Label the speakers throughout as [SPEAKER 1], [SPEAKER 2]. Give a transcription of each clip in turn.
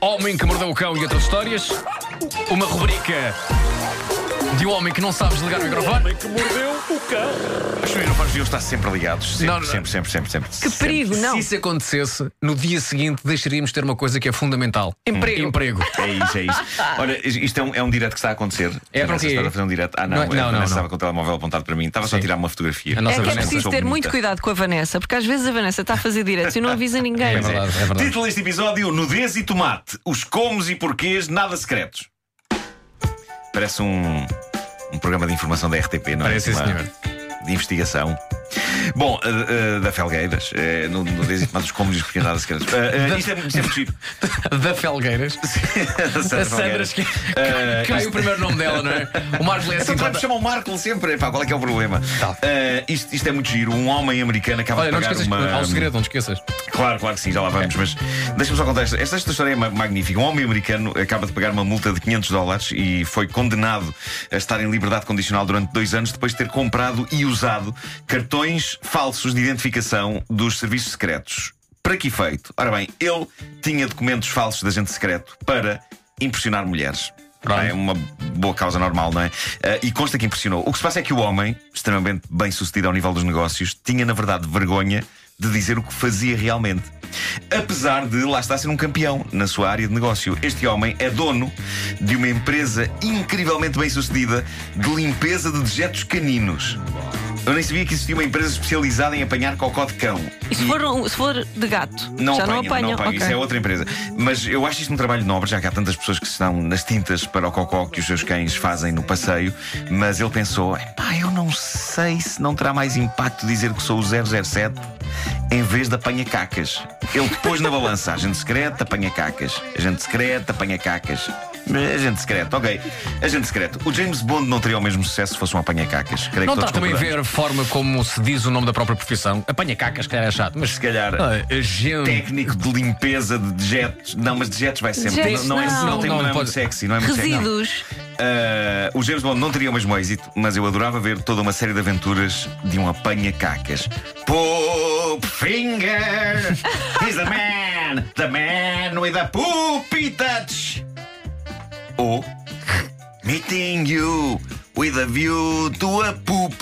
[SPEAKER 1] Homem que mordeu o cão e outras histórias. Uma rubrica de um homem que não sabe desligar o microfone.
[SPEAKER 2] que mordeu o cão.
[SPEAKER 3] Os microfones deviam estar sempre ligados. Sempre,
[SPEAKER 1] Não, não.
[SPEAKER 3] sempre, sempre, sempre, sempre.
[SPEAKER 4] Que perigo, não.
[SPEAKER 1] Se isso acontecesse, no dia seguinte deixaríamos de ter uma coisa que é fundamental:
[SPEAKER 4] Emprego.
[SPEAKER 1] emprego.
[SPEAKER 3] É isso, é isso. Olha, isto é um, é um direto que está a acontecer.
[SPEAKER 1] É
[SPEAKER 3] Vanessa
[SPEAKER 1] porque-
[SPEAKER 3] estava a fazer um direto. Ah, não,
[SPEAKER 1] Não é-
[SPEAKER 3] a
[SPEAKER 1] não, não,
[SPEAKER 3] Vanessa
[SPEAKER 1] não.
[SPEAKER 3] estava com o telemóvel apontado para mim. Estava só a
[SPEAKER 1] Sim.
[SPEAKER 3] tirar uma fotografia.
[SPEAKER 1] A nossa
[SPEAKER 4] É que é
[SPEAKER 1] Vanessa,
[SPEAKER 4] preciso
[SPEAKER 3] sou
[SPEAKER 4] ter muito
[SPEAKER 3] bonita.
[SPEAKER 4] cuidado com a Vanessa, porque às vezes a Vanessa está a fazer diretos e não avisa ninguém.
[SPEAKER 1] É verdade, é verdade.
[SPEAKER 3] Título deste episódio: Nudez e Tomate. Os comos e porquês nada secretos. Parece um, um programa de informação da RTP, não
[SPEAKER 1] Parece,
[SPEAKER 3] é?
[SPEAKER 1] sim,
[SPEAKER 3] Uma-
[SPEAKER 1] senhor.
[SPEAKER 3] De investigação. Bom, eh, eh, da Felgueiras. eh, nu- Nudez e Tomate, os comos e os porquês nada secretos. Eh, eh, isto, é, isto é muito giro.
[SPEAKER 1] Da Felgueiras. A
[SPEAKER 3] Da Sandra
[SPEAKER 1] Sandra
[SPEAKER 3] Felgueiras.
[SPEAKER 1] esque-
[SPEAKER 3] Eh,
[SPEAKER 1] Cai o primeiro nome dela, não é? O Marcos é assim.
[SPEAKER 3] Então me
[SPEAKER 1] trata-
[SPEAKER 3] chamam Marco sempre. Epá, qual é que é o problema?
[SPEAKER 1] Tá.
[SPEAKER 3] Eh, isto, isto é muito giro. Um homem americano acaba
[SPEAKER 1] Olha,
[SPEAKER 3] de
[SPEAKER 1] não
[SPEAKER 3] pagar
[SPEAKER 1] esqueças.
[SPEAKER 3] uma.
[SPEAKER 1] Há um segredo, não te esqueças.
[SPEAKER 3] Claro, claro que sim, já lá vamos, mas deixa-me só contar esta, esta, esta história é ma- magnífica. Um homem americano acaba de pagar uma multa de 500 dólares e foi condenado a estar em liberdade condicional durante dois anos depois de ter comprado e usado cartões falsos de identificação dos serviços secretos. Para que feito? Ora bem, ele tinha documentos falsos de agente secreto para impressionar mulheres.
[SPEAKER 1] Pronto.
[SPEAKER 3] É uma boa causa normal, não é? Ah, e consta que impressionou. O que se passa é que o homem, extremamente bem sucedido ao nível dos negócios, tinha na verdade vergonha de dizer o que fazia realmente. Apesar de lá estar a ser um campeão na sua área de negócio, este homem é dono de uma empresa incrivelmente bem sucedida de limpeza de dejetos caninos. Eu nem sabia que existia uma empresa especializada em apanhar cocó de cão.
[SPEAKER 4] E se for, um- se for de gato,
[SPEAKER 3] Não
[SPEAKER 4] já
[SPEAKER 3] apanham,
[SPEAKER 4] não apanham.
[SPEAKER 3] não apanham. Isso
[SPEAKER 4] Ok.
[SPEAKER 3] é outra empresa. Mas eu acho isto um trabalho nobre, já que há tantas pessoas que estão nas tintas para o cocó que os seus cães fazem no passeio. Mas ele pensou: pá, eu não sei se não terá mais impacto dizer que sou o 007 em vez de apanha cacas. Ele pôs na balança agente secreto, apanha cacas. Agente secreto, apanha cacas. Agente secreto, ok. Agente secreto. O James Bond não teria o mesmo sucesso se fosse um apanha cacas. Creio
[SPEAKER 1] Não
[SPEAKER 3] que
[SPEAKER 1] está
[SPEAKER 3] todos
[SPEAKER 1] também a
[SPEAKER 3] concordamos.
[SPEAKER 1] ver a forma como se diz o nome da própria profissão. Apanha cacas, calhar é chato, mas
[SPEAKER 3] Se calhar.
[SPEAKER 1] Ah, agente.
[SPEAKER 3] técnico de limpeza de dejetos. Não, mas dejetos vai sempre.
[SPEAKER 4] Dejetos,
[SPEAKER 3] não, não, é,
[SPEAKER 4] não.
[SPEAKER 3] não, tem-
[SPEAKER 1] Não,
[SPEAKER 3] não é
[SPEAKER 1] pode-
[SPEAKER 3] muito sexy, não é muito sexy. não.
[SPEAKER 4] Resíduos.
[SPEAKER 3] Ah, o James Bond não teria o mesmo êxito, mas eu adorava ver toda uma série de aventuras de um apanha-cacas. Poop Finger! He's the man! The man with a poopy touch! Ou Meeting you with a view to a poop.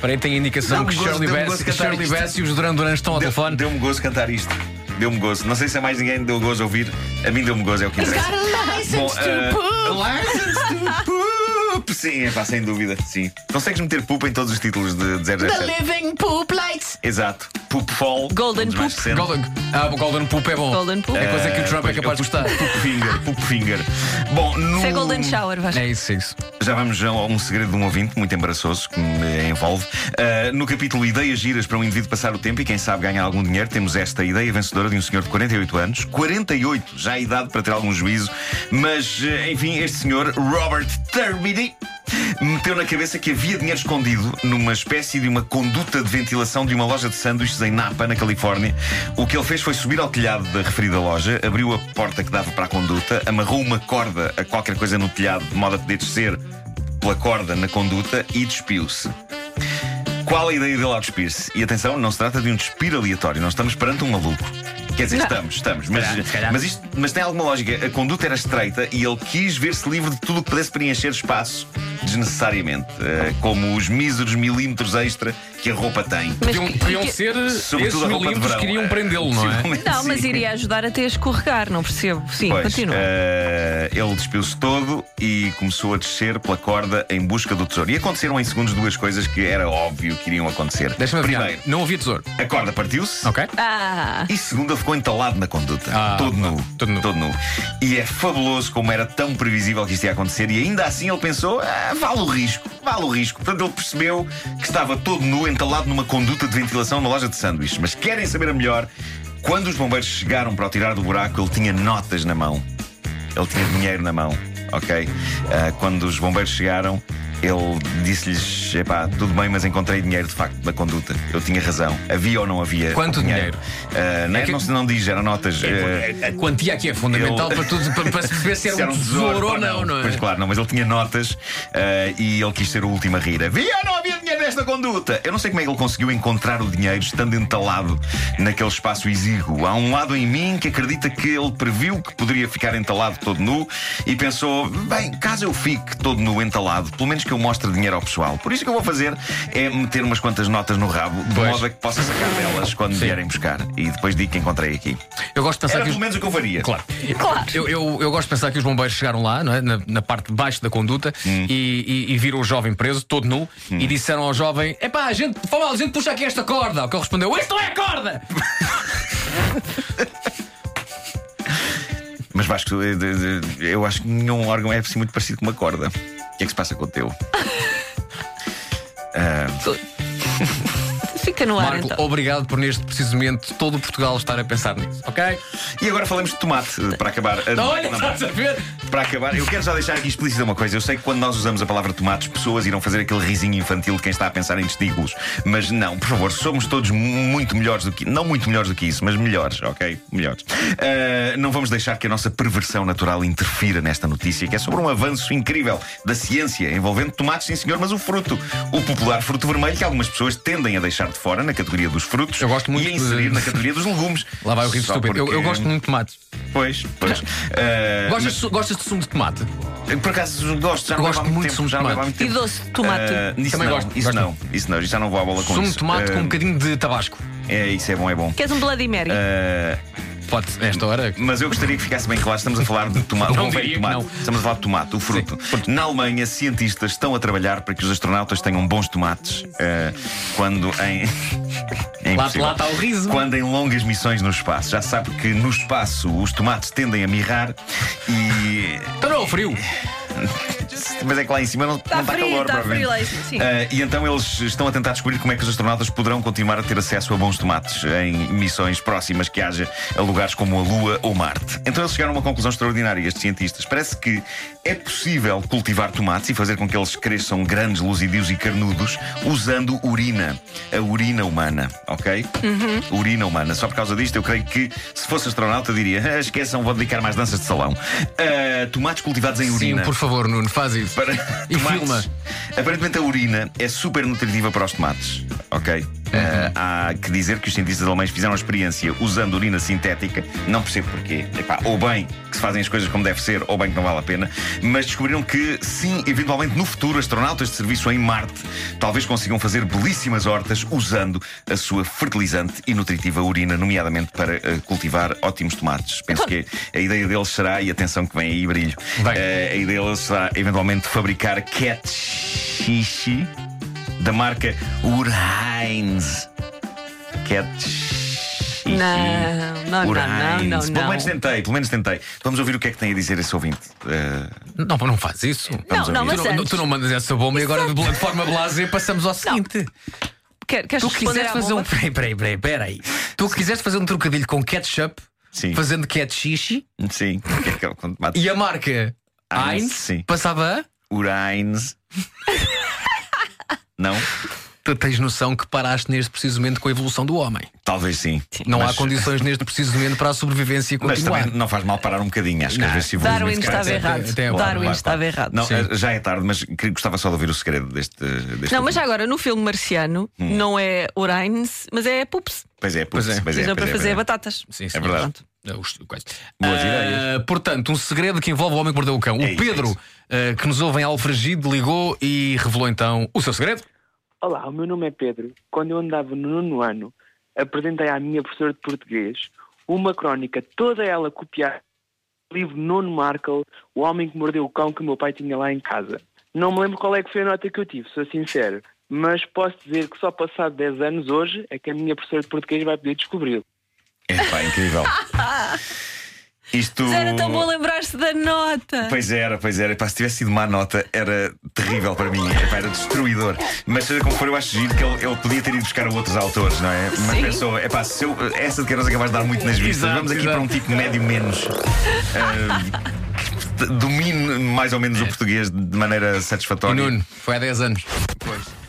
[SPEAKER 1] Peraí, tem a indicação
[SPEAKER 3] Dá-me
[SPEAKER 1] que
[SPEAKER 3] gozo,
[SPEAKER 1] Shirley
[SPEAKER 3] dá-me gozo
[SPEAKER 1] Bass
[SPEAKER 3] cantar
[SPEAKER 1] Shirley
[SPEAKER 3] isto.
[SPEAKER 1] Bass e os Duran Duran estão ao
[SPEAKER 3] Deu-
[SPEAKER 1] telefone.
[SPEAKER 3] Deu-me gozo cantar isto. Deu-me gozo. Não sei se a mais ninguém deu gozo a ouvir. A mim deu-me gozo, é o que interessa. Bom, eh, license to poop. Sim, é pá, sem dúvida. Sim. Consegues meter poop em todos os títulos de de 007.
[SPEAKER 5] living poop lights.
[SPEAKER 3] Exato. Poop Fall. um
[SPEAKER 4] Golden
[SPEAKER 3] dos mais
[SPEAKER 4] Poop.
[SPEAKER 3] recentes.
[SPEAKER 1] Golden, ah, o Golden Poop é bom.
[SPEAKER 4] Golden Poop.
[SPEAKER 1] É coisa que o Trump é
[SPEAKER 3] Pois,
[SPEAKER 1] capaz de
[SPEAKER 3] eu-
[SPEAKER 1] gostar.
[SPEAKER 3] Eh, Poop Finger. Poop Finger. Bom, no...
[SPEAKER 4] Isso é Golden Shower, Vasco.
[SPEAKER 1] É isso, é isso.
[SPEAKER 3] Já vamos a um segredo de um ouvinte muito embaraçoso que me envolve. Ah, no capítulo Ideias Giras para um indivíduo passar o tempo e quem sabe ganhar algum dinheiro, temos esta ideia vencedora de um senhor de 48 anos, 48, já a idade para ter algum juízo, mas eh, enfim, este senhor, Robert Turbiddy, meteu na cabeça que havia dinheiro escondido numa espécie de uma conduta de ventilação de uma loja de sanduíches em Napa, na Califórnia. O que ele fez foi subir ao telhado da referida loja, abriu a porta que dava para a conduta, amarrou uma corda a qualquer coisa no telhado de modo a poder descer pela corda na conduta e despiu-se. Qual a ideia dele ao despir-se? E atenção, não se trata de um despir aleatório, não estamos perante um maluco. Quer dizer, estamos, estamos, mas, mas, isto, mas tem alguma lógica. A conduta era estreita e ele quis ver-se livre de tudo o que pudesse preencher espaço desnecessariamente, eh, como os míseros milímetros extra que a roupa tem.
[SPEAKER 4] Mas
[SPEAKER 1] Podiam,
[SPEAKER 4] que-
[SPEAKER 1] podiam
[SPEAKER 4] que-
[SPEAKER 1] ser esses
[SPEAKER 3] Sobretudo a roupa de
[SPEAKER 1] milímetros
[SPEAKER 3] verão.
[SPEAKER 1] que queriam
[SPEAKER 3] eh,
[SPEAKER 1] prendê-lo, não é?
[SPEAKER 3] possivelmente,
[SPEAKER 4] Não, mas
[SPEAKER 3] sim.
[SPEAKER 4] iria ajudar até a escorregar, não percebo. Sim,
[SPEAKER 3] Pois,
[SPEAKER 4] continua.
[SPEAKER 3] eh, ele despiu-se todo e começou a descer pela corda em busca do tesouro. E aconteceram em segundos duas coisas que era óbvio que iriam acontecer.
[SPEAKER 1] Deixa-me adivinhar.
[SPEAKER 3] Primeiro,
[SPEAKER 1] Não havia tesouro.
[SPEAKER 3] a corda partiu-se.
[SPEAKER 1] Ok?
[SPEAKER 4] Ah,
[SPEAKER 3] E segundo, ele ficou entalado na conduta.
[SPEAKER 1] Ah,
[SPEAKER 3] todo, nu,
[SPEAKER 1] todo nu.
[SPEAKER 3] E é fabuloso como era tão previsível que isto ia acontecer. E ainda assim ele pensou: "Ah, vale o risco, vale o risco. Portanto, ele percebeu que estava todo nu, entalado numa conduta de ventilação numa loja de sanduíches. Mas querem saber a melhor? Quando os bombeiros chegaram para o tirar do buraco, ele tinha notas na mão. Ele tinha dinheiro na mão, ok? Ah, quando os bombeiros chegaram, ele disse-lhes: Epá, tudo bem, mas encontrei dinheiro de facto na conduta. Eu tinha razão. Havia ou não havia?
[SPEAKER 1] Quanto dinheiro?
[SPEAKER 3] Ah, não, é
[SPEAKER 1] É que-
[SPEAKER 3] não se não diz, eram notas. ah,
[SPEAKER 1] A quantia aqui é fundamental
[SPEAKER 3] eu-
[SPEAKER 1] para, tudo, para, para se perceber se
[SPEAKER 3] se
[SPEAKER 1] era um tesouro ou não, não é?
[SPEAKER 3] eh, Pois claro, não, mas ele tinha notas ah, e ele quis ser o último a rir. Havia ou não havia dinheiro esta conduta. Eu não sei como é que ele conseguiu encontrar o dinheiro estando entalado naquele espaço exíguo. Há um lado em mim que acredita que ele previu que poderia ficar entalado todo nu e pensou: bem, caso eu fique todo nu entalado, pelo menos que eu mostre dinheiro ao pessoal. Por isso o que eu vou fazer é meter umas quantas notas no rabo, de
[SPEAKER 1] Pois.
[SPEAKER 3] modo a que possa sacar delas quando vierem buscar. E depois digo que encontrei aqui.
[SPEAKER 1] Eu gosto de pensar
[SPEAKER 3] Era
[SPEAKER 1] que. os-
[SPEAKER 3] pelo menos um o que eu faria.
[SPEAKER 1] Claro. Eu, eu, eu gosto de pensar que os bombeiros chegaram lá, não é? na, na parte de baixo da conduta,
[SPEAKER 3] Hum.
[SPEAKER 1] e, e- e viram o jovem preso, todo nu, e disseram ao jovem: Epá, a gente, foi mal, a gente puxa aqui esta corda. Ao que ele respondeu: Isto não é corda!
[SPEAKER 3] Mas Vasco, eh, de- de- eu acho que nenhum órgão é assim muito parecido com uma corda. O que é que se passa com o teu?
[SPEAKER 4] Fica no ar
[SPEAKER 1] Marco,
[SPEAKER 4] então.
[SPEAKER 1] obrigado por neste preciso momento todo o Portugal estar a pensar nisso, ok?
[SPEAKER 3] E agora falamos de tomate, eh, para acabar. Eh,
[SPEAKER 1] Então, olha,
[SPEAKER 3] não,
[SPEAKER 1] estás a ver?
[SPEAKER 3] Para acabar, eu quero só deixar aqui explícita uma coisa. Eu sei que quando nós usamos a palavra tomates, pessoas irão fazer aquele risinho infantil de quem está a pensar em testículos. Mas não, por favor, somos todos mu- muito melhores do que. Não muito melhores do que isso, mas melhores, ok? Melhores. Ah, não vamos deixar que a nossa perversão natural interfira nesta notícia, que é sobre um avanço incrível da ciência envolvendo tomates, sim senhor, mas o fruto. O popular fruto vermelho que algumas pessoas tendem a deixar de fora na categoria dos frutos
[SPEAKER 1] Eu gosto muito
[SPEAKER 3] e
[SPEAKER 1] de-
[SPEAKER 3] a inserir na categoria dos legumes.
[SPEAKER 1] Lá vai o rico
[SPEAKER 3] Só
[SPEAKER 1] estúpido. Eu, eu
[SPEAKER 3] porque-
[SPEAKER 1] gosto muito de tomate.
[SPEAKER 3] Pois, pois. Ah,
[SPEAKER 1] Gostas, de su- gostas de sumo de tomate?
[SPEAKER 3] eu, Por acaso gosto, já não
[SPEAKER 1] Gosto
[SPEAKER 3] levo há muito
[SPEAKER 1] muito
[SPEAKER 3] tempo,
[SPEAKER 1] de
[SPEAKER 3] já não levo há muito
[SPEAKER 4] E
[SPEAKER 3] tempo.
[SPEAKER 4] doce de tomate.
[SPEAKER 3] Ah, isso
[SPEAKER 1] Também
[SPEAKER 3] não,
[SPEAKER 1] gosto,
[SPEAKER 3] Isso
[SPEAKER 1] gosto.
[SPEAKER 3] não, isso não, já não vou à bola com
[SPEAKER 1] Sumo
[SPEAKER 3] isso.
[SPEAKER 1] de tomate
[SPEAKER 3] Ah,
[SPEAKER 1] com um bocadinho de tabasco.
[SPEAKER 3] É, isso é bom, é bom.
[SPEAKER 4] Queres um Bloody Mary?
[SPEAKER 3] Ah,
[SPEAKER 1] Pode, a esta hora.
[SPEAKER 3] mas eu gostaria que ficasse bem claro: estamos a falar de tomate.
[SPEAKER 1] Não
[SPEAKER 3] o
[SPEAKER 1] diria
[SPEAKER 3] velho
[SPEAKER 1] que
[SPEAKER 3] tomate.
[SPEAKER 1] não.
[SPEAKER 3] Estamos a falar de tomate, o fruto. Na Alemanha, cientistas estão a trabalhar para que os astronautas tenham bons tomates ah, quando em. É
[SPEAKER 1] Lá,
[SPEAKER 3] impossível.
[SPEAKER 1] lá está o riso.
[SPEAKER 3] Quando em longas missões no espaço. Já se sabe que no espaço os tomates tendem a mirrar e
[SPEAKER 1] Então não é o frio.
[SPEAKER 3] Mas é que lá em cima não está, não está
[SPEAKER 4] Tá frio,
[SPEAKER 3] calor,
[SPEAKER 4] está
[SPEAKER 3] provavelmente.
[SPEAKER 4] frio lá em cima, sim.
[SPEAKER 3] Ah, e então eles estão a tentar descobrir como é que os astronautas poderão continuar a ter acesso a bons tomates em missões próximas que haja a lugares como a Lua ou Marte. Então eles chegaram a uma conclusão extraordinária, estes cientistas. Parece que é possível cultivar tomates e fazer com que eles cresçam grandes, luzidios e carnudos usando urina. A urina humana, ok?
[SPEAKER 4] Uhum.
[SPEAKER 3] Urina humana. Só por causa disto, eu creio que se fosse astronauta diria: "Ah, esqueçam, vou dedicar mais danças de salão. Ah, tomates cultivados em
[SPEAKER 1] Sim,
[SPEAKER 3] urina.
[SPEAKER 1] um por favor, Nuno, faz isso.
[SPEAKER 3] Para
[SPEAKER 1] E
[SPEAKER 3] tomates.
[SPEAKER 1] filma.
[SPEAKER 3] Aparentemente a urina é super nutritiva para os tomates, ok?
[SPEAKER 1] Uhum.
[SPEAKER 3] Eh, há que dizer que os cientistas alemães fizeram a experiência usando urina sintética, não percebo porquê. Epá, ou bem que se fazem as coisas como deve ser, ou bem que não vale a pena, mas descobriram que sim, eventualmente no futuro, astronautas de serviço em Marte talvez consigam fazer belíssimas hortas usando a sua fertilizante e nutritiva urina, nomeadamente para eh, cultivar ótimos tomates. Penso que a ideia deles será, e atenção que vem aí brilho,
[SPEAKER 1] Então Vai.
[SPEAKER 3] eh, a ideia deles será eventualmente fabricar catchishi da marca Urheinz. Catchishi.
[SPEAKER 4] Não, não, não,
[SPEAKER 3] Urheinz.
[SPEAKER 4] não, não,
[SPEAKER 3] Pelo
[SPEAKER 4] não.
[SPEAKER 3] menos tentei, pelo menos tentei. Vamos ouvir o que é que tem a dizer esse ouvinte. Eh,
[SPEAKER 1] Não, não faz isso.
[SPEAKER 4] Não, não,
[SPEAKER 1] Tu
[SPEAKER 4] mas
[SPEAKER 1] não,
[SPEAKER 4] antes.
[SPEAKER 1] tu não mandas essa bomba e agora de bla- de forma blazer passamos ao seguinte.
[SPEAKER 4] Quer- Queres
[SPEAKER 1] Tu
[SPEAKER 4] responder
[SPEAKER 1] quiseres
[SPEAKER 4] à
[SPEAKER 1] fazer um.
[SPEAKER 4] bomba?
[SPEAKER 1] Peraí, peraí, peraí, peraí. Tu quiseste fazer um trocadilho com ketchup,
[SPEAKER 3] Sim.
[SPEAKER 1] fazendo ketchishi,
[SPEAKER 3] sim, o que é que é o tomate?
[SPEAKER 1] e a marca
[SPEAKER 3] Heinz,
[SPEAKER 1] Heinz
[SPEAKER 3] sim.
[SPEAKER 1] passava a.
[SPEAKER 3] Urheinz. Não?
[SPEAKER 1] Tu tens noção que paraste neste preciso momento com a evolução do homem.
[SPEAKER 3] Talvez sim.
[SPEAKER 1] Não
[SPEAKER 3] Mas-
[SPEAKER 1] há condições neste preciso momento para a sobrevivência
[SPEAKER 3] Mas
[SPEAKER 1] continuar.
[SPEAKER 3] também não faz mal parar um bocadinho, acho que às vezes se evolui
[SPEAKER 4] Darwin
[SPEAKER 3] muito
[SPEAKER 4] estava
[SPEAKER 3] parece-
[SPEAKER 1] até-
[SPEAKER 4] errado.
[SPEAKER 1] até agora,
[SPEAKER 4] Darwin
[SPEAKER 3] claro,
[SPEAKER 4] estava
[SPEAKER 3] claro.
[SPEAKER 4] errado.
[SPEAKER 3] Não,
[SPEAKER 1] Sim.
[SPEAKER 3] eh, já é tarde, mas que- gostava só de ouvir o segredo deste. deste
[SPEAKER 4] Não, mas já agora, no filme marciano,
[SPEAKER 3] Hum.
[SPEAKER 4] não é Urines, mas é Pups.
[SPEAKER 3] Pois é, pois
[SPEAKER 1] Pois
[SPEAKER 3] é.
[SPEAKER 1] é.
[SPEAKER 3] Pois é,
[SPEAKER 4] Seja para
[SPEAKER 3] pois é,
[SPEAKER 4] fazer
[SPEAKER 3] pois é.
[SPEAKER 4] batatas.
[SPEAKER 1] Sim, sim.
[SPEAKER 3] É verdade.
[SPEAKER 1] Ah, os- quase.
[SPEAKER 3] Boas
[SPEAKER 1] Ah,
[SPEAKER 3] ideias.
[SPEAKER 1] Portanto, um segredo que envolve o homem que mordeu o cão.
[SPEAKER 3] É
[SPEAKER 1] o
[SPEAKER 3] isso,
[SPEAKER 1] Pedro,
[SPEAKER 3] é isso.
[SPEAKER 1] ah, que nos ouve em Alfragide, ligou e revelou então o seu segredo.
[SPEAKER 2] Olá, o meu nome é Pedro. Quando eu andava no nono ano, apresentei à minha professora de português uma crónica, toda ela copiada do livro Nono Markle, O Homem que Mordeu o Cão, que o meu pai tinha lá em casa. Não me lembro qual é que foi a nota que eu tive, sou sincero, mas posso dizer que só passado 10 anos hoje é que a minha professora de português vai poder descobri-lo.
[SPEAKER 3] É pá, incrível. Isto.
[SPEAKER 4] Mas era tão bom lembrar-se da nota.
[SPEAKER 3] Pois era, pois era. Epá, se tivesse sido má nota, era terrível para mim. Epá, era destruidor. Mas seja como for, eu acho giro que ele, ele podia ter ido buscar outros autores, não é? Mas
[SPEAKER 4] Sim.
[SPEAKER 3] pensou, epá, se eu, essa de Queiroz é capaz de dar muito nas vistas.
[SPEAKER 1] Exato,
[SPEAKER 3] Vamos aqui
[SPEAKER 1] exato.
[SPEAKER 3] para um tipo médio menos. ah, que domine mais ou menos o português de maneira
[SPEAKER 1] E
[SPEAKER 3] satisfatória.
[SPEAKER 1] Nuno, foi há 10 anos. Pois.